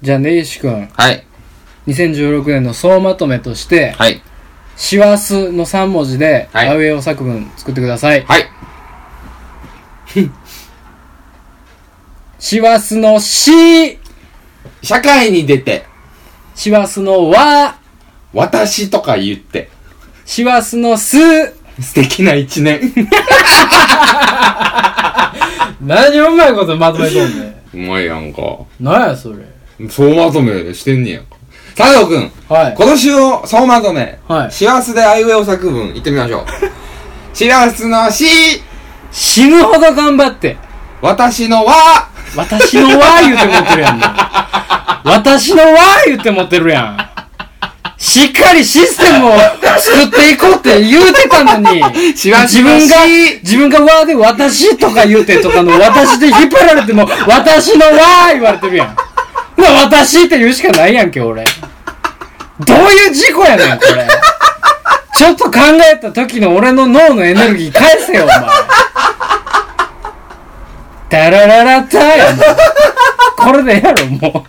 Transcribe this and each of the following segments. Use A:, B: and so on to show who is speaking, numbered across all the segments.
A: じゃあ根岸くん
B: はい。
A: 2016年の総まとめとして
B: はい。
A: 「師走」の3文字で
B: はい
A: あいうえお作文作ってください
B: はい。
A: 「師走」の「し」
B: 社会に出て、
A: 「師走」の「わ」
B: 私とか言って、
A: 「師走」の「す」
B: 素敵な一年。
A: 何うまいことまとめとんねん
B: うまいやんか。
A: 何やそれ
B: 総まとめしてんねやんか。佐藤くん、
A: はい
B: 今年を総まとめ。
A: はい
B: 幸せであいうえお作文、行ってみましょう。 幸せのし、
A: 死ぬほど頑張って
B: 私のわ、
A: 私のわ言うて持ってるやんな。私のわ言うて持ってるやん。しっかりシステムを作っていこうって言うてたのに、
B: しわし
A: 自
B: わ
A: 分が、
B: し
A: 自分がわで私とか言うてとかの私で引っ張られても、私のわ言われてるやん。ほな私って言うしかないやんけ、俺。どういう事故やねん、これ。ちょっと考えた時の俺の脳のエネルギー返せよ、お前。ダラララタやな。これでええやろ、も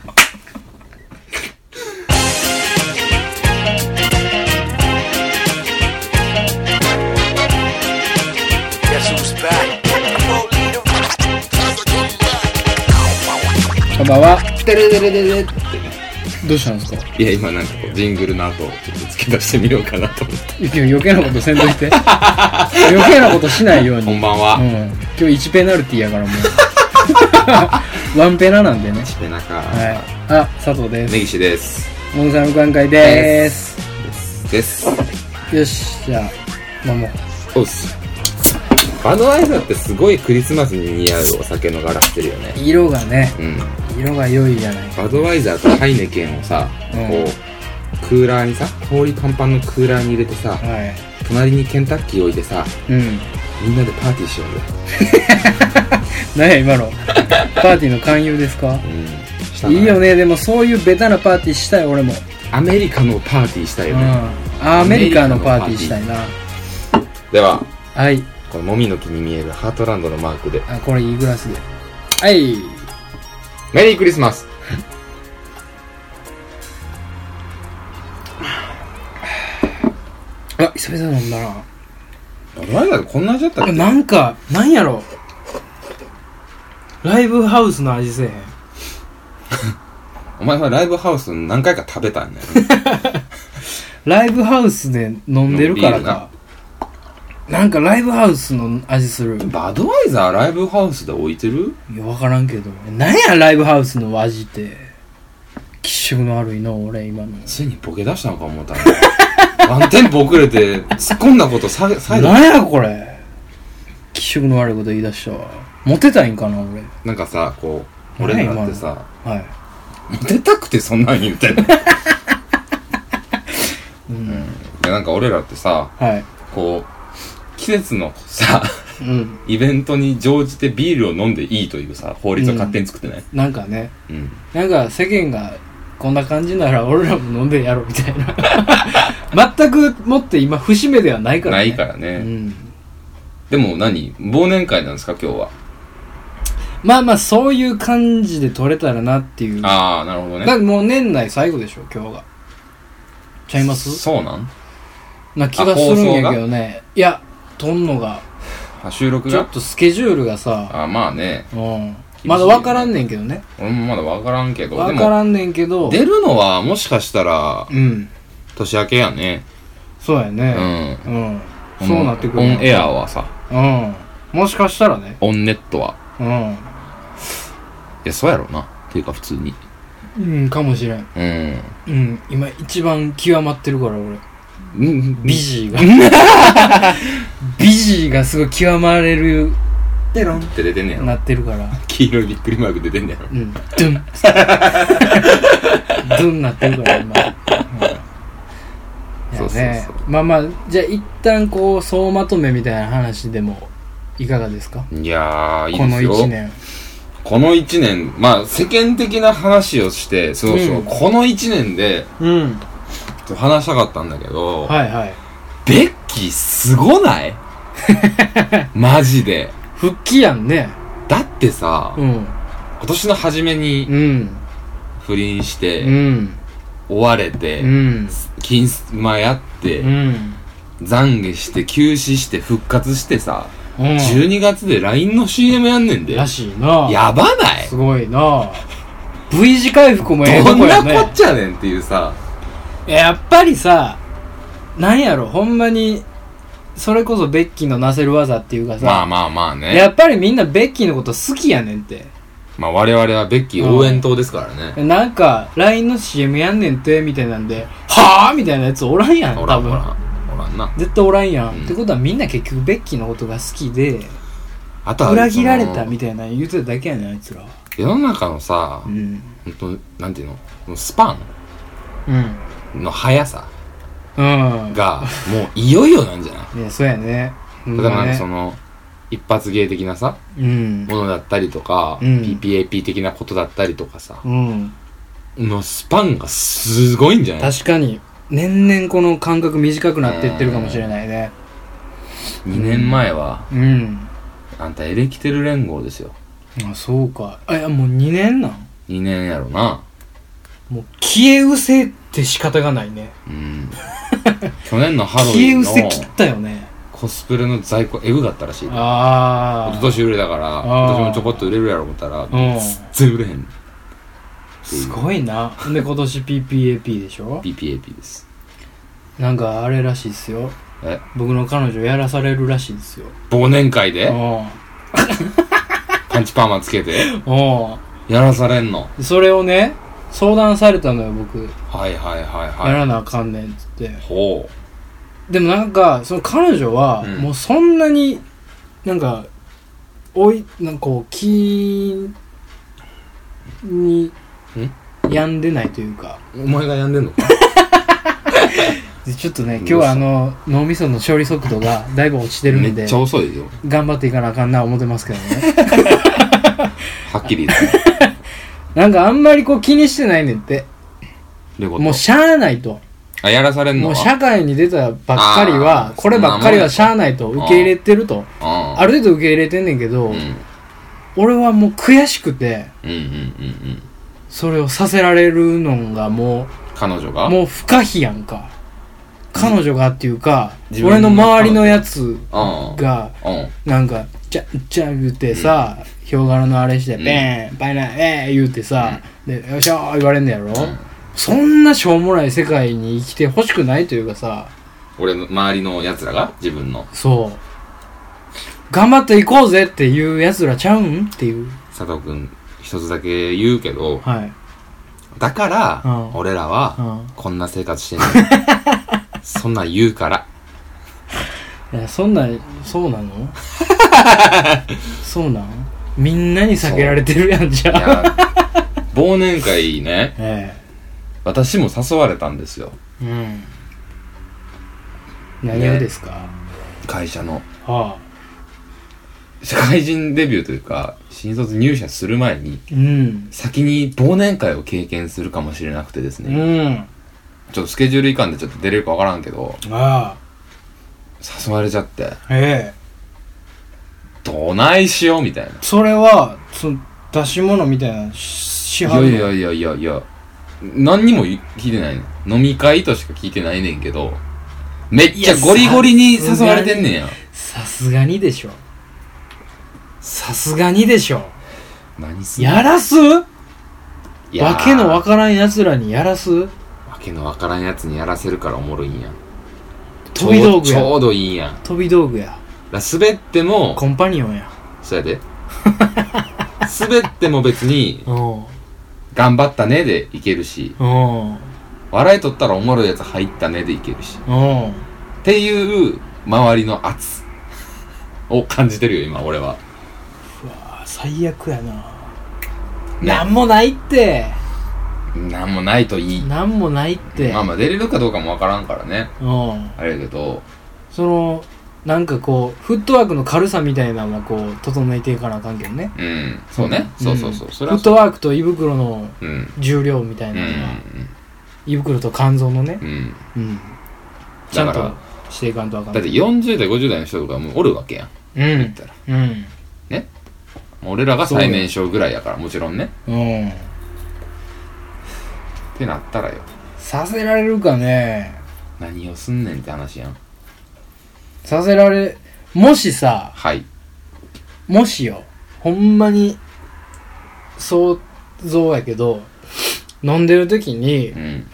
C: Guess who's back? Pro leader.
A: う。こんばんは。
B: てれれれれれって。
A: どうしたんですか
B: いや、今なんかこう、ジングルの後、ちょっと付け出してみようかなと思っ
A: い
B: て。
A: や余計なことせんといて。余計なことしないよう
B: こ
A: に。
B: んばんは。
A: うん。今日1ペナルティやからもう。 ワンペナなんでね。
B: ちべなか、
A: はい。あ、佐藤で
B: 根
A: す。
B: 岸です。
A: モンサム館会でーす。
B: です。
A: よし、じゃあ、飲もう。
B: おっす。バドワイザーってすごいクリスマスに似合うお酒の柄してるよね。
A: 色がね、
B: うん。
A: 色が良いじゃないか。
B: バドワイザーとハイネケンをさ、
A: うん
B: こう、クーラーにさ、氷パンパンのクーラーに入れてさ、
A: はい。
B: 隣にケンタッキー置いてさ、
A: うん。
B: みんなでパーティーしようぜ。
A: 何や 今の。パーティーの勧誘ですか
B: うん。したない
A: いよね、でもそういうベタなパーティーしたい、俺も。
B: アメリカのパーティーしたいよね。
A: うん、アメリカのパーティーしたいな
B: では、
A: はい
B: このもみの木に見えるハートランドのマークで、
A: あこれいいグラスではい
B: メリークリスマス
A: あ久々飲んだな
B: バドワイザーってこんな味だったっ
A: あ
B: け
A: なんかなんやろライブハウスの味せえへん
B: お前はライブハウス何回か食べたんだよね。
A: ライブハウスで飲んでるからかなんかライブハウスの味する
B: バドワイザーライブハウスで置いてる
A: いや分からんけどなんやライブハウスの味って気色の悪いの俺今の
B: ついにボケ出したのか 思ったらワンテンポ遅れて突っ込んだことさ再度
A: なんやこれ気色の悪いこと言い出したわモテたいんかな俺
B: なんかさこう俺らってさ
A: はい
B: モテたくてそんなん言うてんのい
A: うん
B: やなんか俺らってさ
A: はい
B: こう季節のさ
A: うん
B: イベントに乗じてビールを飲んでいいというさ法律を勝手に作ってない、
A: なんかね
B: うん
A: なんか世間がこんな感じなら俺らも飲んでやろうみたいな 全くもって今節目ではないから
B: な
A: ね
B: いから
A: う
B: ね、
A: ん、
B: でも何忘年会なんですか今日は
A: まあまあそういう感じで取れたらなっていうだ
B: ああなるほど
A: って
B: ね
A: もう年内最後でしょ今日がちゃいます
B: そうなん
A: な気がするんやけどねいやとんのが
B: あ収録
A: ちょっ
B: が
A: とスケジュールがさ、
B: あまあね
A: うん、まだ分からんねんけどね
B: 俺もまだ分からんけど
A: 分
B: で
A: か
B: も
A: らんねんけど
B: 出るのはもしかしたら
A: うん
B: 年明けやね
A: そうや
B: う
A: ね
B: ん
A: うん、そうなってくる
B: オン
A: な
B: エアはさ
A: うん。もしかしたらね。
B: オンネットは
A: う
B: いやそうやろなっていうか普通に
A: ん。うん、かもしれん。
B: うん
A: うん。今一番極まってるから、俺。
B: うん
A: ビジーが。 ビジーがすごい極まれる、
B: テロンって出てんねやろ
A: なってるから。
B: 黄色いびっくりマーク出てんねやろ
A: うん。ドゥ ン。ドゥンなってるから、今。うん
B: そうそうそ
A: い
B: う
A: やねまあまあ、じゃあ一旦こう、総まとめみたいな話でも、いかがですか
B: いやーいい
A: こ
B: で
A: の
B: すよ
A: 一年。
B: この1年まあ世間的な話をしてそうそう、
A: うん
B: この1年で
A: うん。
B: ちょっと話したかったんだけど、
A: はいはい。
B: ベッキーすごない マジで
A: 復帰やんね。
B: だってさ、
A: うん。
B: 今年の初めに
A: うん。
B: 不倫し
A: う
B: て、
A: ん
B: 追われて、
A: うん
B: 金馬やって、
A: うん
B: 懺悔して、休止して、復活してさ、
A: うん
B: 12月で LINE の CM やんねんで。
A: らしいな
B: やばない
A: すごいな V 字回復もええ
B: ど
A: とこ
B: んな
A: や
B: こ
A: ね
B: っちゃねんっていうさ、
A: やっぱりさなんやろほんまにそれこそベッキーのなせる技っていうかさ、
B: まあまあまあ
A: や
B: ね。
A: っぱりみんなベッキーのこと好きやねんって
B: まあ我々はベッキー応援党ですからね。
A: なんか LINE の CM やんねんてみたいなんで「はあ?」みたいなやつおらんやん
B: おら
A: 多
B: んおら
A: 分
B: ん。おらんな。
A: 絶対おらんやん、
B: うん
A: ってことはみんな結局ベッキーのことが好きで
B: あとは、
A: 裏切られた
B: その
A: みたいなの言うてただけやねんあいつら
B: 世の中のさ
A: う、ん
B: 本当なんていうのもうスパ
A: うん
B: ンの速さ
A: うん
B: が、もういよいよなんじゃない
A: ねそうやねほん
B: だから
A: ま
B: なんか
A: ね
B: その、一発芸的なさ、
A: うん
B: ものだったりとか、
A: うん
B: PPAP 的なことだったりとかさ、
A: うん
B: のスパンがすごいんじゃない
A: 確かに年々この間隔短くなっていってるかもしれないね
B: ?2 年前は、
A: うん
B: あんたエレキテル連合ですよ。
A: あそうかあいやもう2年なん
B: 2年やろな。
A: もう消えうせって仕方がないね
B: うん。去年のハロウ
A: 消え
B: ィン
A: うせ切っ
B: の
A: たよね
B: コスプレの在庫エグかったらしい。一
A: ああ
B: 昨年売れたから、
A: あー
B: 今年もちょこっと売れるやろ思ったら、
A: うん
B: 全然売れへん。
A: すごいなほんで今年 PPAP でしょ
B: PPAP です。
A: なんかあれらしいっすよ
B: え
A: 僕の彼女やらされるらしいですよ
B: 忘年会
A: う
B: で
A: ん
B: パンチパーマつけて、
A: う
B: やらされんの。
A: んそれをね相談されたのよ僕
B: はいはいはい
A: や
B: は
A: らなあかんねんっつって
B: い。ほ
A: でもなんかその彼女は
B: うん
A: もうそんなになんかおいなんかこう気に病んでないというか
B: う。お前がやんでんのか
A: でちょっとね今日はあの脳みその処理速度がだいぶ落ちてる
B: め
A: ん
B: っ
A: で
B: ちゃ遅いよ。
A: 頑張っていかなあかんな思ってますけどね
B: はっきり言って。
A: なんかあんまりこう気にしてないねんって
B: どういうこと
A: もうしゃあないと
B: あ、やらされんの
A: もう社会に出たばっかり
B: あ
A: は
B: ー
A: こればっかりはしゃあないと受け入れてると
B: あ
A: ある程度受け入れてんねんけど、
B: うん。
A: 俺はもう悔しくて
B: うんうんうんうん。
A: それをさせられるのがも
B: 彼女
A: う
B: が
A: もう不可避やんか彼女がっていうか
B: 自分
A: 俺の周りのやつ
B: あ
A: が
B: あ。うん。
A: なんかじゃじゃ言うてさ、ヒョウ柄のあれして
B: うん
A: ペンパイナえー言うてさ、でよっしゃー言われんのやろ、そんなしょうもない世界に生きてほしくないというかさ
B: 俺の周りの奴らが自分の。
A: そう頑張っていこうぜっていうやつらちゃうんっていう
B: 佐藤くん、一つだけ言うけど、
A: はい
B: だから、
A: うん
B: 俺ら
A: う
B: は、
A: ん
B: こんな生活 してんの。そんなん言うから。
A: いやそんなんそうなのそうなんみんなに避けられてるやんじ
B: い
A: ゃあ
B: や、忘年会ね、
A: え
B: 私も誘われたんですよ。
A: えうん何をですか、
B: 会社の。
A: はあ
B: 社会人デビューというか、新卒入社する前に、
A: うん
B: 先に忘年会を経験するかもしれなくてです
A: う
B: ね。
A: んあ
B: ちょっとスケジュールいかんでちょっと出れるかわからんけど、
A: あ
B: 誘われちゃって、
A: ええ
B: どないしようみたいな。
A: それはその出し物みたいなのししはるの
B: いやいやいやいやいや、何にも聞いてないねん飲み会としか聞いてないねんけど、めっちゃゴリゴリに誘われてんねんや。
A: さすがにでしょさすがにでしょ
B: 何すん
A: やらす
B: いやー
A: わけのわからんやつらにやらす
B: わけのわからんやつにやらせるからおもろいんや。
A: 飛び道具
B: ちょうちょ
A: や
B: うどいいんや。だか
A: 飛び道具や
B: ら滑っても
A: コ、ンパニオンや
B: そうやで。 滑っても別に、
A: うん
B: 頑張ったねでいけるし、
A: うん
B: 笑いとったらおもろいやつ入ったねでいけるし。
A: うん
B: っていう周りの圧を感じてるよ今俺は
A: 最悪やな
B: ね
A: なんもないって
B: なんもないといい
A: なんもないって
B: まあまあ出れるかどうかもわからんからね
A: うん
B: あれやけど
A: そのなんかこうフットワークの軽さみたいなのはこう整えていかなあかんけどね
B: うんそうね、そうそうそうそれ
A: フ
B: は
A: ット
B: そう
A: ワークと胃袋の
B: うん
A: 重量みたい
B: うんう
A: なのが、
B: ん
A: 胃袋と肝臓のね、
B: うん
A: うん、ちゃ
B: だ
A: ん
B: から
A: としていかんとあかん
B: だって40代50代の人とかもうおるわけやん
A: うん
B: たら
A: うん
B: 俺らが最年少ぐらいやからもちろんね
A: うん
B: ってなったらよ
A: させられるかね
B: 何をすんねんって話やん
A: させられもしさ
B: はい
A: もしよほんまに想像やけど飲んでる時に
B: うん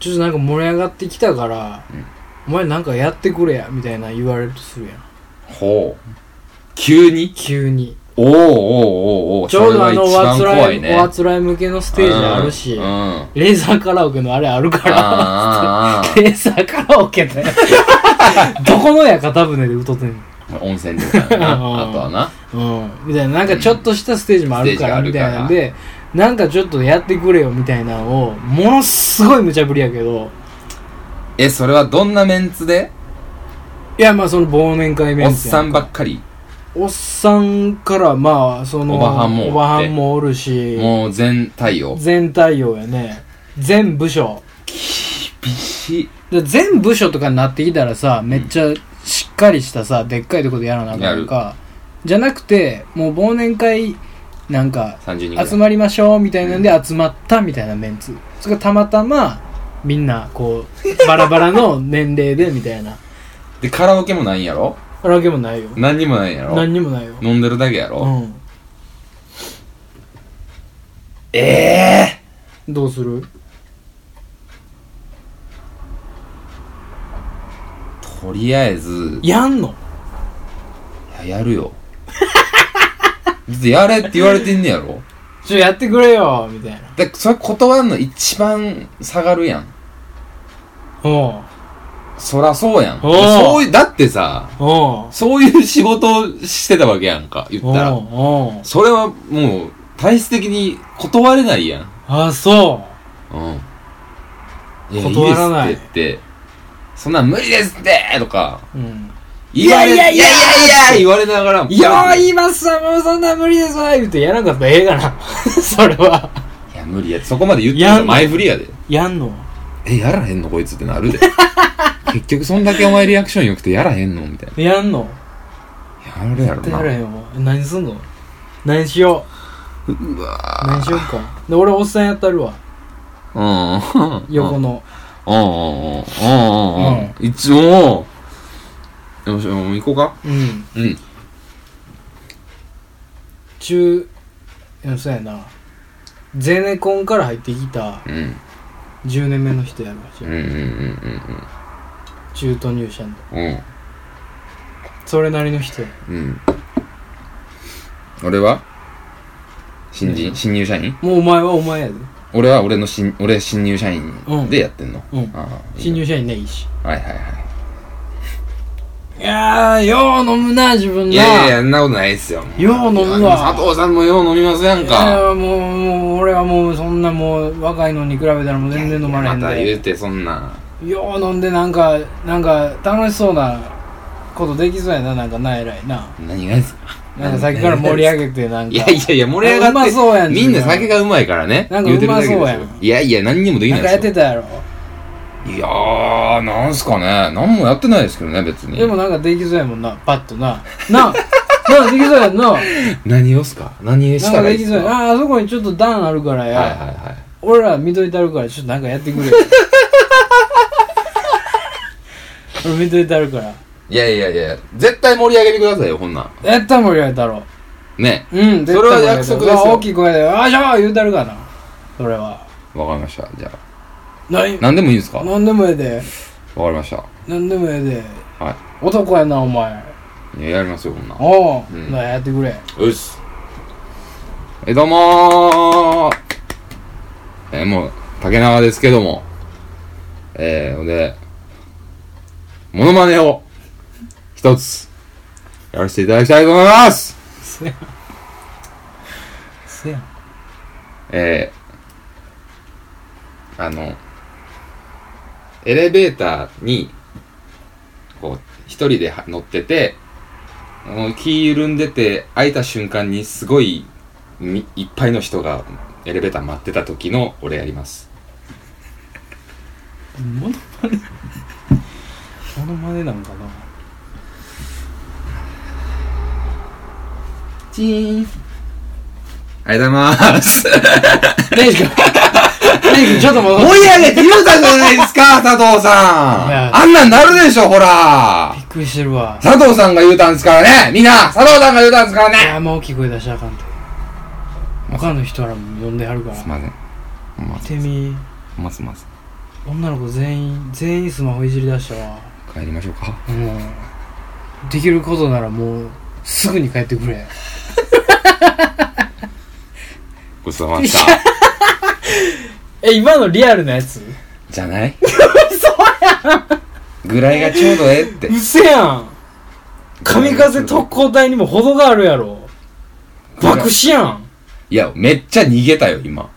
A: ちょっとなんか盛り上がってきたから、
B: うん
A: お前なんかやってくれやみたいな言われるとするやん
B: ほう急に
A: 急に
B: おーおーおーおー
A: ちょうどあの
B: それが
A: わ
B: 一
A: つ
B: 番
A: ら
B: 怖
A: い
B: いね
A: おあつらい向けのステージあるし、
B: うんうん
A: レーザーカラオケのあれあるから
B: あーあーあー
A: レーザーカラオケね どこのや片舟で歌ってんの
B: 温泉とか やなあとはな
A: うん、みたいななんかちょっとしたステージもあるから
B: うん
A: みたいなんで、なんかちょっとやってくれよみたいなのをものすごい無茶ぶりやけど
B: えそれはどんなメンツで
A: いやまあその忘年会イベン
B: お
A: ト
B: っさんば
A: っ
B: っかり
A: おっさんからまあその
B: おばはんもおって
A: おばはんもおるし
B: もう全体を
A: 全体用やね全部署
B: 厳しい
A: で全部署とかになってきたらさめっちゃしっかりしたさでっかいとこでやらなあかんかじゃなくてもう忘年会なんか
B: 30人ぐらい
A: 集まりましょうみたいなんで集まったみたいなメンツそれがたまたまみんなこうバラバラ の年齢でみたいな
B: でカラオケもないんやろ
A: あれわけもないよ
B: 何にもないんやろ
A: 何にもないよ
B: 飲んでるだけや
A: う
B: ろ
A: ん
B: ええ
A: どうする
B: とりあえず
A: やんの
B: いや やるよだってやれって言われてんねやろ
A: ちょやってくれよみたいな
B: だそれ断んの一番下がるやん
A: おう
B: そらそうやん
A: おう
B: そういうだってさ
A: おう
B: そういう仕事をしてたわけやんか言
A: お
B: ったら
A: うおう
B: それはもう体質的に断れないやん
A: あそ
B: うんいや
A: 断らない
B: いですって言ってそんなん無理ですってとか
A: う、うん、
B: 言われ
A: いやいやいや
B: いやいやいや言われながらも
A: いやー今さもうそんな無理ですわ言うてやらんかったらええがな それはい
B: や無理やそこまで言って
A: やん
B: る
A: の
B: の前振りやで
A: やんの
B: えやらへんのこいつってな るで結局そんだけお前リアクション良くてやらへんのみたい
A: やんの
B: なやるやろ
A: 絶対やらへ
B: なん
A: わ何すんの何しよ
B: うわ
A: う何しようかで俺おっさんやったるわ
B: うん
A: 横の
B: うんうんうんうんうんうん一応よしもう行こうか
A: うん
B: うん
A: 中うんそうやなゼネコンから入ってきた
B: うん
A: 10年目の人やるわ
B: う
A: じ
B: ん
A: ゃ
B: うん
A: あ中途入社の
B: うんうんうん
A: それなりの人や
B: うん俺は新人新入社員
A: もうお前はお前やで
B: 俺は俺の新俺新入社員
A: うん
B: でやってんの、
A: うん
B: ああ
A: 新入社員ねいいし
B: はいはいはい
A: いやーよう飲むな自分ない
B: やいや、そんなことないですよ。
A: よう飲むわ
B: 佐藤さんもよう飲みますやんか。
A: いやもうもう俺はもうそんなもう若いのに比べたらもう全然飲まれへ
B: ま
A: ん
B: た言う
A: で
B: て、そんな。
A: よう飲んでなんかなんか楽しそうなことできそうやななんかな偉いな
B: 何がですか
A: なんかさっきから盛り上げてなんか
B: いやいやいや、盛り上がって。
A: うまそうやん
B: みんな酒がうまいからね。
A: なんか
B: 言てるだけです
A: う
B: よ
A: まそうやん
B: いやいや、何にもでき
A: な
B: ない
A: んかやって
B: です
A: たやろ
B: よ。いやー、なんすかね。何もやってないですけどね、別に。
A: でもなんかできそうやもんなパッとなななできそうやんなな
B: 何をっすか何し
A: ん
B: た
A: から
B: い
A: でき
B: いっす
A: そう
B: か
A: やんああそこにちょっと段あるからや、
B: はいはいはい。
A: 俺ら見といてあるからちょっとなんかやってくれよ俺見といてあるから
B: いやいやいや、絶対盛り上げてくださいよ、こんなん。
A: やったら盛り上げたろ
B: ね。
A: うん、
B: それは約束
A: う
B: ですよ
A: わ大きい声で、あーしょー言うたるかな。それは。
B: わかりました。じゃあ。
A: 何
B: 何でもいいんですかわか
A: 何でもええで。
B: りました。
A: 何でもええで。
B: は
A: 男やな、お前。
B: い。いや、やりますよ、こんなん。
A: おう、
B: うん
A: なやってくれ。
B: うっす。え、どうもーえーもう、竹縄ですけども、えー、ほんで、モノマネを、一つ、やらせていただきたいと思います
A: せやん。せやん。
B: えー、あの、エレベーターに、こう、一人では乗ってて、もう気緩んでて、開いた瞬間にすごい、みいっぱいの人がエレベーター待ってた時の俺やります。
A: モノマネモノマネなんかな。
B: チーン。ありがとうございます。
A: 大丈夫か兄貴ちょっともう
B: 盛り上げて言うたじゃないですか、佐藤さ
A: ね
B: ん。あんなんなるでしょ、ほら
A: び。っくりしてるわ
B: 佐藤さんが言うたんですからね。みんな、佐藤さんが言うたんですから
A: い
B: ね。
A: やもう大きい声出しちゃあかんて他の人らも呼んではるから
B: すいません。ま
A: てみ
B: す、ますます。
A: 女の子全員全員スマホいじり出したわ
B: 帰りましょうか。
A: もうできることならもうすぐに帰ってくれ
B: ごちそうさまでした。
A: え今のリアルなやつ
B: じゃない嘘やんぐらいがちょうどええって。
A: うせやん神風特攻隊にも程があるやろ爆死やん
B: いや、めっちゃ逃げたよ、今。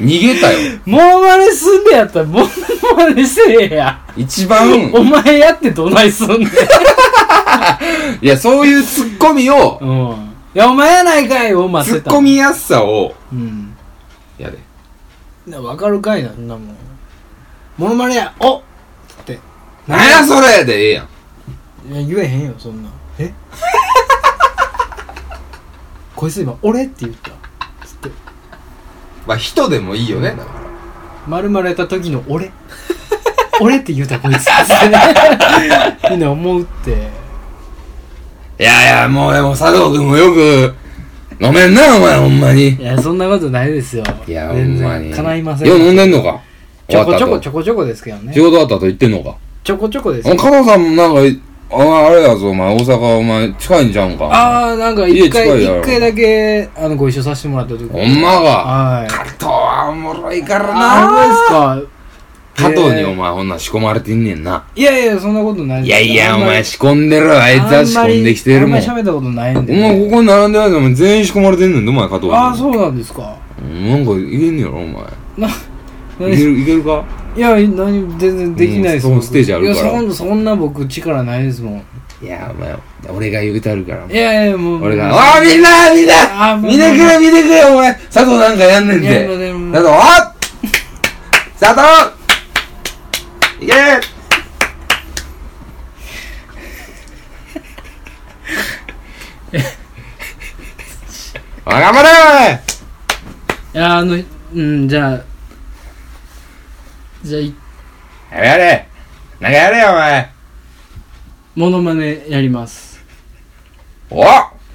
B: 逃げたよ。
A: モノマネすんでやったらモノマネせえや
B: 一番、
A: お前やってどないすんねん
B: いや、そういうツッコミを、
A: うんいやお前やないかいを待って
B: ツッ
A: た
B: コミやすさを、
A: うん
B: やで。
A: なわかるかいなそんなもんモノマネやおっって
B: なんやそれでええやん。
A: いや言えへんよそんなえ こいつ今「俺」って言ったつって
B: まあ、人でもいいよね、だから。
A: 丸まれた時の「 俺」「俺」って言うたこいつって みんな思うって
B: いやいや、もうでも佐藤君もよく、飲めんな、お前、ほんまに
A: い。やそんなことないですよ
B: いや、ほんまに。
A: 叶いませ
B: よう飲
A: ん
B: んでんのか
A: ちょこちょこち
B: ょ
A: ょこちょこですけどね
B: 仕事終わった後行ってんのか
A: ちょこちょこです
B: お加藤さんもなんかい、ああれやぞ、お前、大阪、お前、近いんちゃうんか。
A: ああなんか一
B: 家近
A: 回
B: いやろ
A: 一回だけあのご一緒させてもらった時
B: ほんまか。
A: はい
B: 加藤はおもろいからな。
A: あそうです
B: 加
A: か
B: 藤にお
A: え
B: 前、ほんな仕込まれてんねんな。
A: ーいやいやそんなことないです
B: いやいや、
A: あ
B: お
A: んまり
B: 前仕込んでるわ。あいつは仕込んできてるもん。
A: あんまり喋ったことないん
B: お
A: で、
B: 前、ここに並んでるやつ、お前、全員仕込まれてんねんで、お前、加藤に。
A: ああそうなんですか
B: うんなんか言えんねやろ、お前。
A: ない
B: け
A: 何
B: る、いけるか
A: いや何全然できないです、
B: うん
A: 僕
B: そのステージあるから
A: いやそんそんな僕力ないですもん
B: いや、お前、俺が歌うから
A: い。やいやもう
B: 俺が、
A: もう
B: おいみんなみん
A: あ
B: な
A: もう
B: 見てくれ見てくれお前佐藤なんかやんねん
A: いや
B: て
A: もうねもう
B: 佐藤おっ佐藤いけ おい頑張れ
A: いやあのうんじゃあじゃあい
B: お前やれやれなんかやれよお前
A: モノマネやります
B: お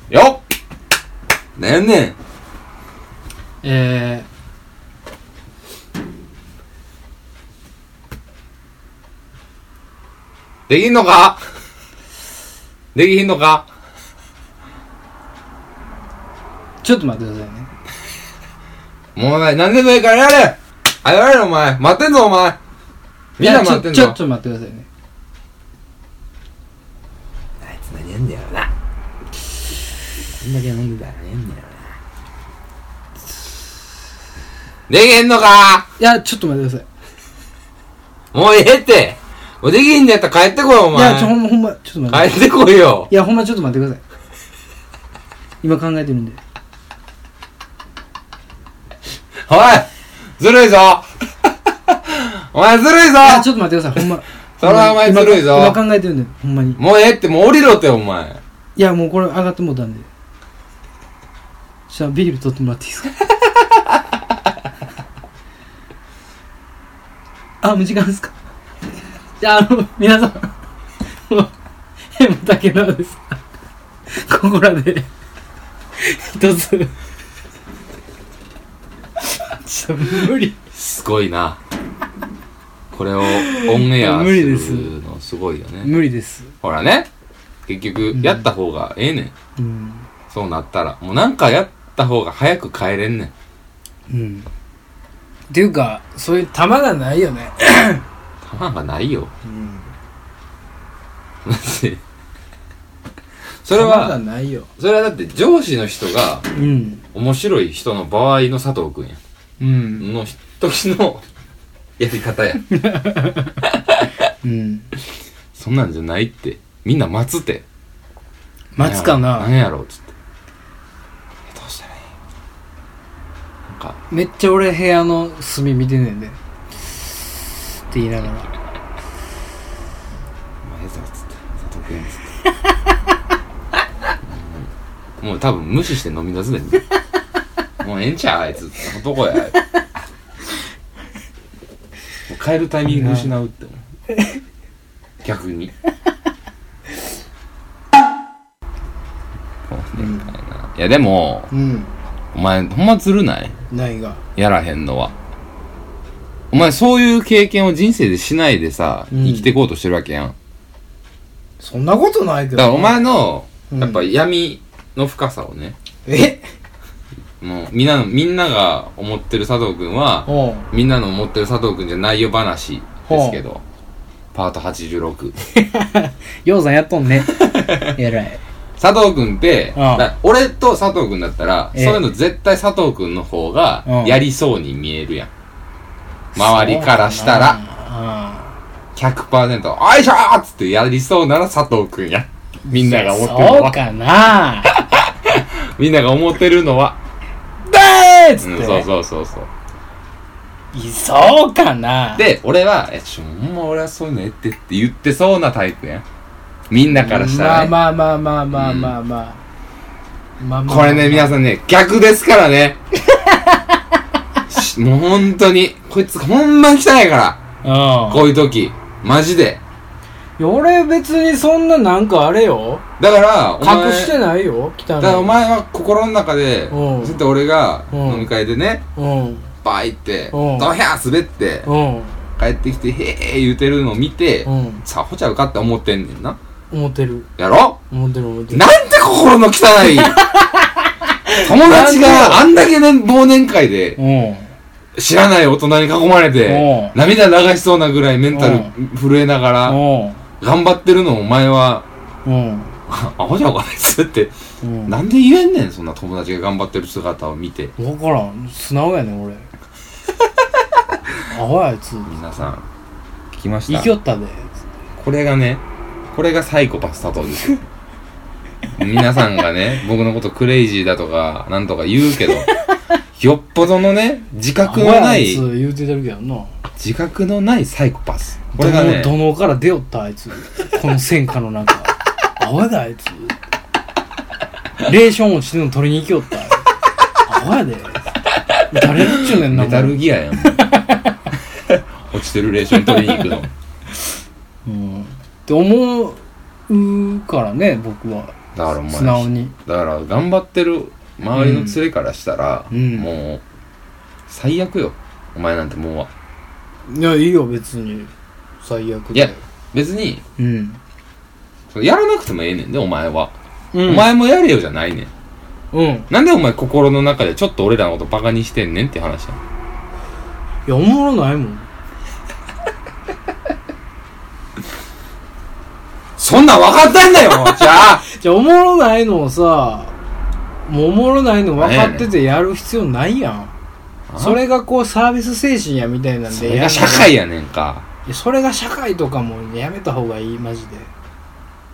B: よっなんやねん
A: え
B: できんのか できひんのか
A: ー、ちょっと待ってくださいね
B: もうない、何でもいいからやれあやれお前待ってんぞお前みん
A: い
B: な
A: や
B: 待ってん
A: ちょ
B: ぞ
A: ちょっと待ってくださいね
B: あいつ何やんだよなこんだけ飲んでたら何やんだよなできへんのか
A: いやちょっと待ってください
B: もうええってもうできへんのやったら帰ってこいお
A: い
B: 前
A: やちょほんまほんまちょっと待ってください
B: 帰ってこいよ
A: いや、ほんまちょっと待ってください。今考えてるんで。
B: おいずるいぞ お前ずるいぞ
A: あちょっと待ってください、ほんま。
B: それはお前ずるいぞ
A: 今今考えてるんで、ほんまに。
B: もうええってもう降りろってお前
A: いや、もうこれ上がってもうたんで。じゃあビール取ってもらっていいですか あ、無時間ですかじゃあ、あの、皆さん、もう、ヘムタケナですがここらで、一つ。ちょっと無理。
B: すごいなこれをオンエア
A: 無
B: す
A: 理です
B: るのすごいよね
A: 無理です。
B: ほらね、結局、やった方がええねん。
A: うん。
B: そうなったら。もうなんかやった方が早く帰れんねん。
A: うん。っていうか、そういう玉がないよね。
B: 弾がないよ。
A: うん。
B: マジでそれ
A: 玉が
B: は、
A: ないよ。
B: それはだって上司の人が
A: うん。
B: 面白い人の場合の佐藤くんや。
A: うん。
B: の時の やり方や。
A: うん。
B: そんなんじゃないって。みんな待つって。
A: 待つかな
B: なんやろ、なんやろつって。えどうしたらいいなんか、
A: めっちゃ俺部屋の隅見てんねんで。って言いながら。
B: 前澤つって佐藤健つってもう多分無視して飲み出すねんねももうええんちゃうあいつ男やもう変えるタイミング失うって思う逆にいやでも
A: うん
B: お前ほんまずるない
A: ないが
B: やらへんのはお前そういう経験を人生でしないでさ、
A: うん
B: 生きていこうとしてるわけやん
A: そんなことないけど
B: だからお前の
A: うん
B: やっぱ闇の深さをね、
A: え
B: もうみんなのみんなが思ってる佐藤君は、
A: おう
B: みんなの思ってる佐藤君じゃないよ話ですけど、パート86。
A: ようさんやっとん ねえらい
B: 佐藤君って、
A: ああ
B: だ俺と佐藤君だったら、
A: ええ
B: そういうの絶対佐藤君の方が
A: うん
B: やりそうに見えるやん。周りからしたら、
A: ら
B: 100%、あいしょーっつってやりそうなら佐藤君や。みんなが思ってるの
A: そう
B: は、
A: か な
B: みんなが思ってるのは、
A: でーっつ
B: う
A: っ
B: ん、
A: て
B: そうそうそうそう。
A: いそうかな
B: で、俺は、え、ちょ、ほんま俺はそういうのええってって言ってそうなタイプやん。みんなからしたら、ね。
A: まあまあまあまあまあまあまあまあ
B: これね、皆さんね、逆ですか らね。しもう本当に、こいつほんま汚いから、
A: う
B: こういう時。マジで。
A: んいや俺別にそんななんかあれよ
B: だから、お前
A: 隠してないよ汚い
B: だからお前は心の中で、
A: うん
B: ずっと俺が
A: うん
B: 飲み会でね、
A: うん
B: バーイって、
A: うん
B: ドヒャー滑って、
A: うん
B: 帰ってきて、へー言うてるのを見て
A: う、ん
B: さほちゃうかって思ってんねんな。
A: 思ってる
B: やろ
A: 思ってる思ってる
B: なんて心の汚 い友達があんだけね、忘年会で、
A: うん
B: 知らない大人に囲まれて
A: う、ん
B: 涙流しそうなぐらいメンタル震えながら、頑張ってるのをお前は、
A: うん
B: アホじゃんかあいつって、
A: うん
B: なんで言えんねん、そんな友達が頑張ってる姿を見て。
A: 分からん素直やね 俺アホやあいつ
B: 皆さん、聞きまし
A: 生きよ
B: た
A: ったで
B: これがね、これがサイコパス佐藤 ですよ。皆さんがね、僕のことクレイジーだとか、なんとか言う けど、よっぽどのね、自
A: ア
B: 覚
A: ホ
B: の
A: や
B: な
A: あ
B: い
A: い、つ言うてたるけどな
B: 自覚のないサイコパス。これがね、
A: 土の土のから出よったあいつこの戦火の中 アホやであいつレーション落ちてんの取りに行きよったアホやで撃たれるっちゅうねんな
B: メタル
A: も
B: ギアやん。もう 落ちてるレーション取りに行くの。
A: ううんって思うからね僕は
B: だからお前
A: 素直に
B: だから頑張ってる周りの連れからしたら、
A: うん
B: もう最悪よお前なんてもうはい
A: やいいよ別に最悪
B: いや別に
A: うん、
B: そのやらなくてもええねんでお前は、
A: うん、
B: お前もやれよじゃないねん
A: うん
B: なんでお前心の中でちょっと俺らのことバカにしてんねんって話やん
A: いや、おもろないもん。
B: そんなん分かってんだよじゃあ
A: じゃあ、おもろないのをさ、もうおもろないの分かっててやる必要ないやん。それがこうサービス精神やみたいなん
B: そ
A: で
B: れ
A: や
B: が
A: る
B: 社会やねんか
A: いやそれが社会とかもやめた方がいい、マジで。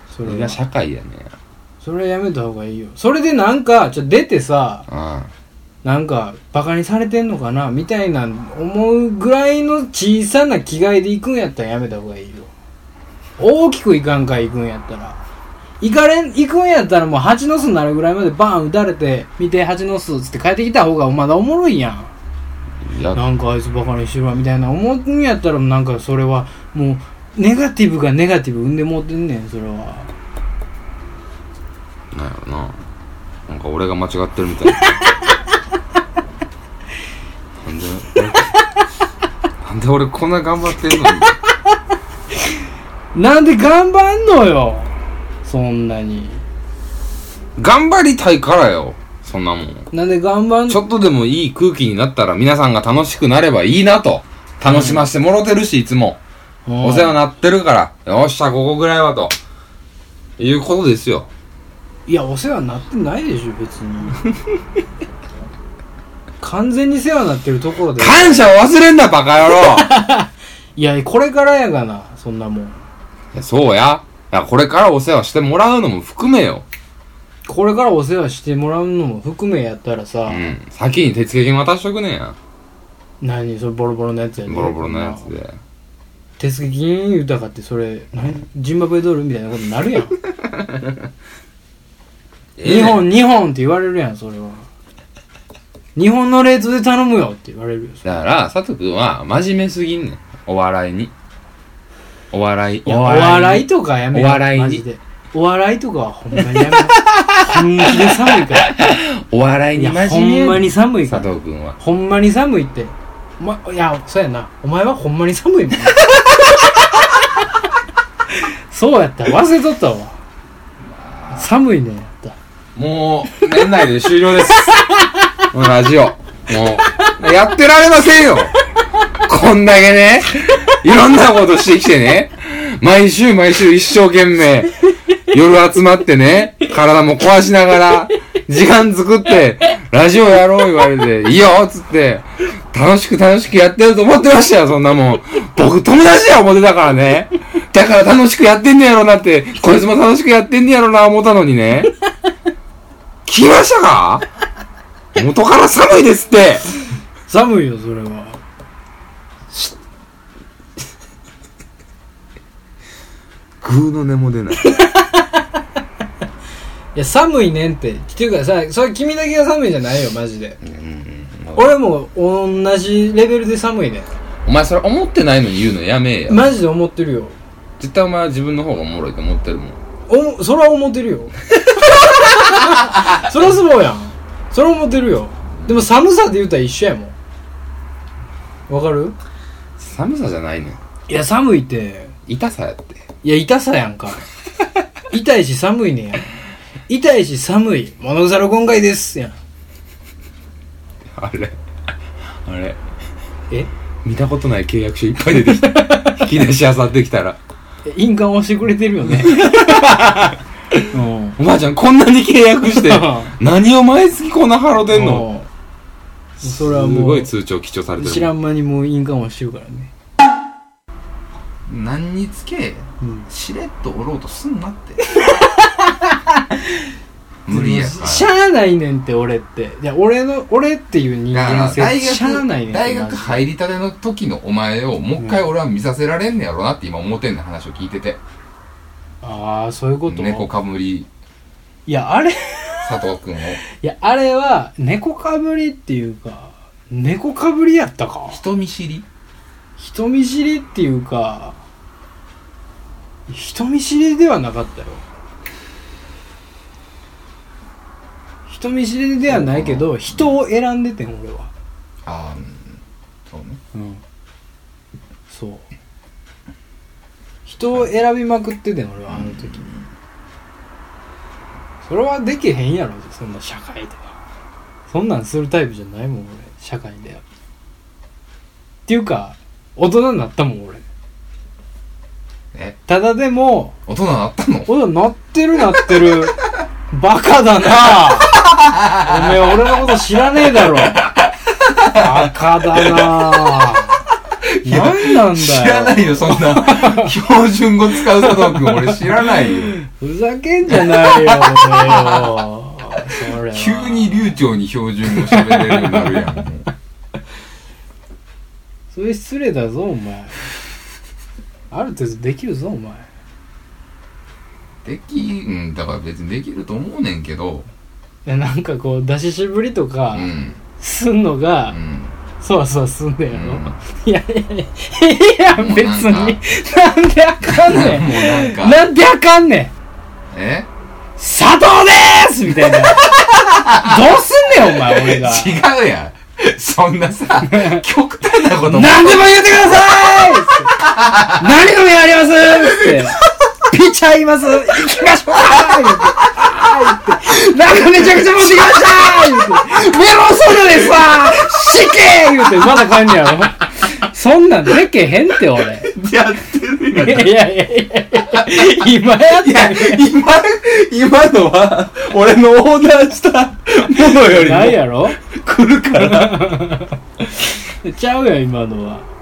A: それ
B: それ
A: は
B: が社会やねん
A: それはやめた方がいいよ。それでなんか、ちょ、出てさ、
B: あ
A: なんか、バカにされてんのかなみたいな思うぐらいの小さな着替えで行くんやったらやめた方がいいよ。大きく行かんか、行くんやったら。行かれん、行くんやったらもう蜂の巣になるぐらいまでバーン撃たれて、見て蜂の巣つって帰ってきた方がまだおもろいやん。
B: いや
A: なんかあいつバカにしてるわみたいな思うんやったらなんかそれはもうネガティブがネガティブ生んでもうてんねん、それは。
B: なんやろななんか俺が間違ってるみたいな なんで俺なんで俺こんな頑張ってんのに
A: なんで頑張んのよそんなに。
B: 頑張りたいからよそんなもん
A: なんで頑張んの
B: ちょっとでもいい空気になったら皆さんが楽しくなればいいなと楽しませてもろてるしいつもお世話になってるからよっしゃここぐらいはということですよ
A: いやお世話になってないでしょ別 に完全に世話になってるところで
B: 感謝を忘れんなバカ野郎
A: いやこれからやがなそんなもん
B: いやそうやいやこれからお世話してもらうのも含めよ
A: これからお世話してもらうのも含めやったらさ、
B: うん先に手付金渡しとくねや
A: 何それボロボロのやつやで
B: ボロボロのやつで
A: 手付金豊かってそれ何ジンバブエドルみたいなことになるやん日
B: ええねん
A: 本日本って言われるやんそれは日本の冷凍で頼むよって言われるよ。
B: だから、佐藤君は真面目すぎんねん。お笑いに。お笑い。
A: いやお笑い
B: に
A: とかやめよう
B: お笑いに
A: マジでお笑いとかはほんまにやめよう本気で 寒いから
B: お笑い
A: い
B: に
A: や
B: 真
A: ほ
B: 面目やね
A: んまに寒いか
B: 佐
A: ら
B: 藤君は。
A: ほんまに寒いってお前いやそうやなお前はほんまに寒い もんそうやった忘れとったわ寒いねやった
B: もう、年内で終了です。このラジオ。もう、やってられませんよ。こんだけね、いろんなことしてきてね、毎週毎週一生懸命、夜集まってね、体も壊しながら、時間作って、ラジオやろう言われて、いいよっつって、楽しく楽しくやってると思ってましたよ、そんなもん。僕友達や思ってたからね。だから楽しくやってんねやろなって、こいつも楽しくやってんねやろな思ったのにね。聞きましたか元から寒いですって
A: 寒いよそれは
B: グーの根も出ない。
A: いや寒いねんってっていうかさそれ君だけが寒いじゃないよマジで俺も同じレベルで寒いね
B: お前それ思ってないのに言うのやめえや。
A: マジで思ってるよ
B: 絶対お前は自分の方がおもろいと思ってるもん。
A: おそれは思ってるよ そりゃそうやんそれは思ってるよでも寒さで言うたら一緒やもんわかる
B: 寒さじゃないのよ。
A: いや寒いって
B: 痛さやって。
A: いや痛さやんか痛いし寒いねや痛いし寒い物腐る今回ですやん
B: あれ。あれ。
A: え
B: 見たことない契約書いっぱい出てきた。引き出し漁ってきたら。
A: 印鑑押してくれてるよね うん
B: おばあちゃんこんなに契 約して、何を毎月こんな払ってんの
A: もうそれは
B: す
A: も
B: ご
A: う
B: い通帳記帳されてる。
A: 知らん間にもう印鑑押してるからね
D: 何につけ
A: うん
D: しれっとおろうとすんなって 無理やから
A: しゃあないねんって俺っていや俺の俺っていう人
D: だから
A: 間性
D: 大
A: しゃあないね
D: 学
A: ん
D: 大学
A: マ
D: 入りたての時のお前をもう一回俺は見させられんねやろなって今思ってんねん話を聞いてて
A: ジでああそういうこと
D: 猫かぶり
A: いやあれい
D: 佐藤君を
A: やあれは猫かぶりっていうか猫かぶりやったか
D: 人見知り
A: 人見知りっていうか人見知りではなかったよ人見知りではないけど人を選んでてん俺は
D: ああそうね
A: うんそう人を選びまくっててん俺はあの時にそれはできへんやろそんな社会ではそんなんするタイプじゃないもん俺社会ではっていうか大人になったもん俺
D: え
A: ただでも
D: 大人になったの
A: 大人なってるなってるバカだなおめえ俺のこと知らねえだろバカだな何なんだよ
D: 知らないよそんな 標準語使う佐藤君俺知らないよ
A: ふざけんじゃないよ、おめえよ。それは
D: 急に。流暢に標準語喋れるようになるやんもう
A: それ失礼だぞ、お前。ある程度できるぞ、お前。
D: できうんだから別にできると思うねんけど
A: いやなんかこう、出ししぶりと
D: う
A: か、
D: ん
A: すんの
D: う
A: が、
D: ん
A: そわそわすんねや
D: う
A: ろ。
D: ん
A: いやいやいや、いや、別に。
D: もう
A: なんであか ん
D: もう
A: ね
D: なん
A: ん。
D: か
A: なんであかんねん。
D: え
A: 佐藤でーすみた いな。どうすんねん、お前、俺 が。
D: 違うやんそんな さ極端なこと
A: 何でも言ってくださいって 何の目ありますって。ピッチャーいます行きましょう言って。なんかめちゃくちゃ持ってきました言って。メロンソーダですわ死刑言うて、まだ帰んねやろ。そんなんでけへんって、俺。
D: やってるやん
A: いやいやいやいや今やって
B: 今、今のは、俺のオーダーしたものより
A: ない
B: も
A: やろ
B: 来るから。
A: ちゃうよ、今のは。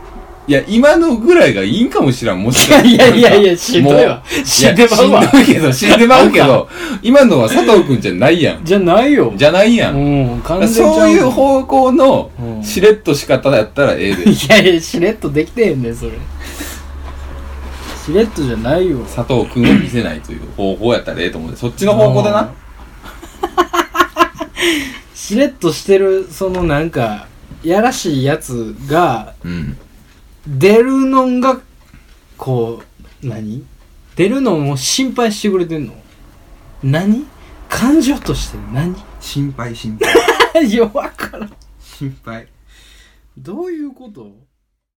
B: いや、今のぐらいがいいんかもしらん、もし
A: いやいやいやいや、しんどい
B: も
A: わ。死んでまうわ
B: いや。死んどいけど、死んでまうけど、今のは佐藤くんじゃないやん。
A: じゃないよ。
B: じゃないや。
A: うんん、完全にちゃ
B: そういう
A: わ
B: 方向の
A: うん
B: しれっと仕方だったらええで。
A: いやいや、しれっとできてへんねん、それ。しれっとじゃないよ。
B: 佐藤くんを見せないという方法やったらええと思うんで、そっちの方向だな。
A: しれっとしてるそのなんかやらしいやつが
D: うん。
A: 出るのんがこう何出るのを心配してくれてんの何感情として何
D: 心配、心配。
A: 弱からん
D: 心配。
A: どういうこと